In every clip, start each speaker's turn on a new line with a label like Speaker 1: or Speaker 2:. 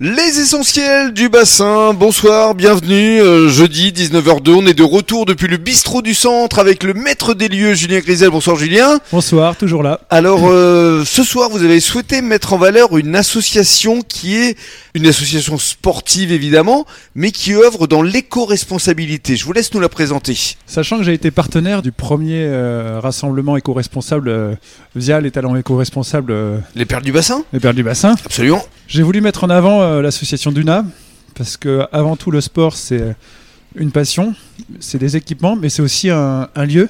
Speaker 1: Les essentiels du bassin, bonsoir, bienvenue. Euh, jeudi 19h02, on est de retour depuis le bistrot du centre avec le maître des lieux Julien Grisel. Bonsoir Julien.
Speaker 2: Bonsoir, toujours là.
Speaker 1: Alors euh, ce soir, vous avez souhaité mettre en valeur une association qui est une association sportive évidemment, mais qui œuvre dans l'éco-responsabilité. Je vous laisse nous la présenter.
Speaker 2: Sachant que j'ai été partenaire du premier euh, rassemblement éco-responsable euh, via les talents éco-responsables euh,
Speaker 1: Les perles du bassin
Speaker 2: des Perles du Bassin,
Speaker 1: Absolument.
Speaker 2: j'ai voulu mettre en avant euh, l'association Duna parce que avant tout le sport c'est euh, une passion, c'est des équipements, mais c'est aussi un, un lieu.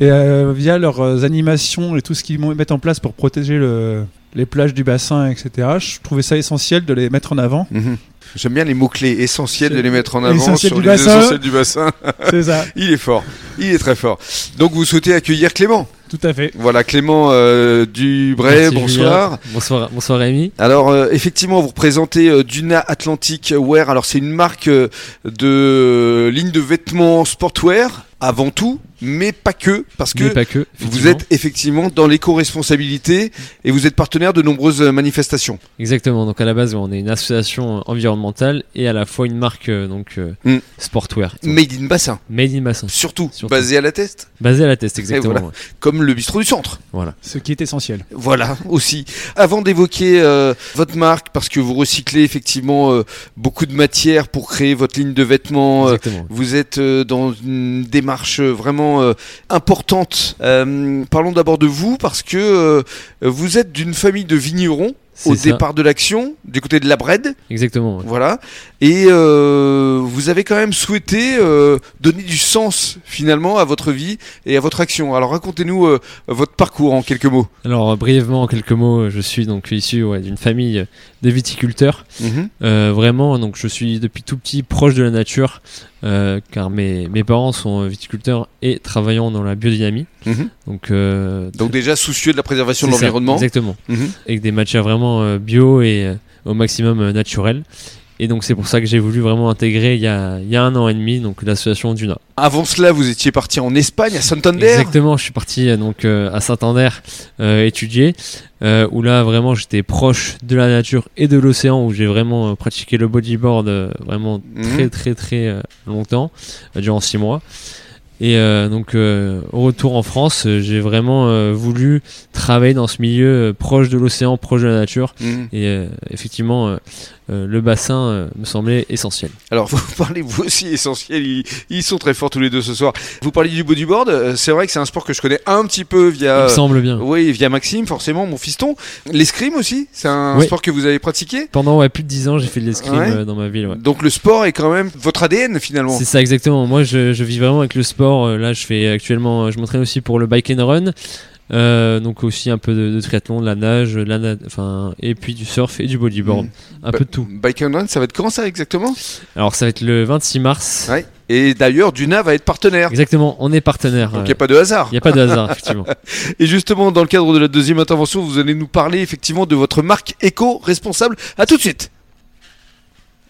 Speaker 2: Et euh, via leurs animations et tout ce qu'ils mettent en place pour protéger le- les plages du bassin, etc. Je trouvais ça essentiel de les mettre en avant.
Speaker 1: Mhm. J'aime bien les mots-clés essentiels de les mettre en avant
Speaker 2: Essentiel
Speaker 1: sur
Speaker 2: du
Speaker 1: les
Speaker 2: bassin.
Speaker 1: essentiels du bassin.
Speaker 2: C'est ça,
Speaker 1: Il est fort, il est très fort. Donc vous souhaitez accueillir Clément
Speaker 2: tout à fait.
Speaker 1: Voilà, Clément euh, Dubray,
Speaker 3: Merci,
Speaker 1: bonsoir.
Speaker 3: Julien. Bonsoir, bonsoir Rémi.
Speaker 1: Alors euh, effectivement, vous représentez euh, Duna Atlantic Wear. Alors c'est une marque euh, de ligne de vêtements sportwear avant tout, mais pas que, parce
Speaker 3: mais
Speaker 1: que
Speaker 3: pas que.
Speaker 1: vous êtes effectivement dans l'éco-responsabilité et vous êtes partenaire de nombreuses euh, manifestations.
Speaker 3: Exactement. Donc à la base, on est une association euh, environnementale et à la fois une marque euh, donc euh,
Speaker 1: Mm.
Speaker 3: sportwear. Donc,
Speaker 1: Made in Bassin,
Speaker 3: Made in Bassin.
Speaker 1: surtout,
Speaker 3: Surtout.
Speaker 1: basé à la test,
Speaker 3: Basé à la test, exactement.
Speaker 1: voilà.
Speaker 3: ouais.
Speaker 1: comme le bistrot du centre.
Speaker 3: Voilà.
Speaker 2: Ce qui est essentiel.
Speaker 1: Voilà aussi. Avant d'évoquer euh, votre marque, parce que vous recyclez effectivement euh, beaucoup de matières pour créer votre ligne de vêtements. euh,
Speaker 3: Exactement.
Speaker 1: Vous êtes euh, dans une démarche vraiment euh, importante. Euh, parlons d'abord de vous parce que euh, vous êtes d'une famille de vignerons au
Speaker 3: C'est ça.
Speaker 1: départ de l'action, du côté de la Bred,
Speaker 3: Exactement. ouais.
Speaker 1: voilà. Et euh, vous avez quand même souhaité euh, donner du sens finalement à votre vie et à votre action. Alors racontez-nous euh, votre parcours en quelques mots.
Speaker 3: Alors euh, brièvement, en quelques mots, euh, je suis donc issu ouais, d'une famille euh, de viticulteurs. Euh, vraiment, donc je suis depuis tout petit proche de la nature, euh, car mes, mes parents sont euh, viticulteurs et travaillant dans la biodynamie.
Speaker 1: Mhm.
Speaker 3: Donc, euh,
Speaker 1: Donc déjà soucieux de la préservation de
Speaker 3: c'est ça,
Speaker 1: l'environnement.
Speaker 3: Exactement.
Speaker 1: Mhm.
Speaker 3: avec des matières vraiment euh, bio et euh, au maximum euh, naturelles. Et donc c'est pour ça que j'ai voulu vraiment intégrer il y a, il y a un an et demi donc l'association Duna.
Speaker 1: Avant cela, vous étiez parti en Espagne, à Santander.
Speaker 3: Exactement, je suis parti euh, donc euh, à Saint-Ander euh, étudier euh, où là vraiment j'étais proche de la nature et de l'océan où j'ai vraiment euh, pratiqué le bodyboard euh, vraiment très
Speaker 1: Mhm.
Speaker 3: très très euh, longtemps euh, durant six mois. Et euh, donc euh, au retour en France, euh, j'ai vraiment euh, voulu travailler dans ce milieu euh, proche de l'océan, proche de la nature
Speaker 1: Mhm.
Speaker 3: Et euh, effectivement, euh, euh, le bassin euh, me semblait essentiel.
Speaker 1: Alors, vous parlez, vous aussi, essentiel. Ils, ils sont très forts tous les deux ce soir. Vous parlez du bodyboard. euh, C'est vrai que c'est un sport que je connais un petit peu
Speaker 3: Il
Speaker 1: via.
Speaker 3: me semble bien.
Speaker 1: Oui, via Maxime, forcément, mon fiston. L'escrime aussi, c'est un
Speaker 3: Oui.
Speaker 1: sport que vous avez pratiqué.
Speaker 3: Pendant ouais, plus de 10 ans, j'ai fait de l'escrime
Speaker 1: Ouais.
Speaker 3: euh, dans ma ville. ouais.
Speaker 1: Donc, le sport est quand même votre ADN finalement.
Speaker 3: C'est ça exactement. Moi, je, je vis vraiment avec le sport. Euh, Là, je fais actuellement, euh, je m'entraîne aussi pour le bike and run, Euh, donc aussi un peu de, de triathlon, de la nage, de la na- enfin, et puis du surf et du bodyboard,
Speaker 1: Mm.
Speaker 3: un peu de tout.
Speaker 1: Bike and Run, ça va être quand ça exactement
Speaker 3: Alors, ça va être le 26 mars.
Speaker 1: Ouais. Et d'ailleurs, Duna va être partenaire.
Speaker 3: Exactement, on est partenaire.
Speaker 1: Donc, il n'y a
Speaker 3: Il
Speaker 1: pas de hasard.
Speaker 3: n'y a pas de hasard, effectivement.
Speaker 1: Et justement, dans le cadre de la deuxième intervention, vous allez nous parler effectivement de votre marque éco-responsable. À tout de suite.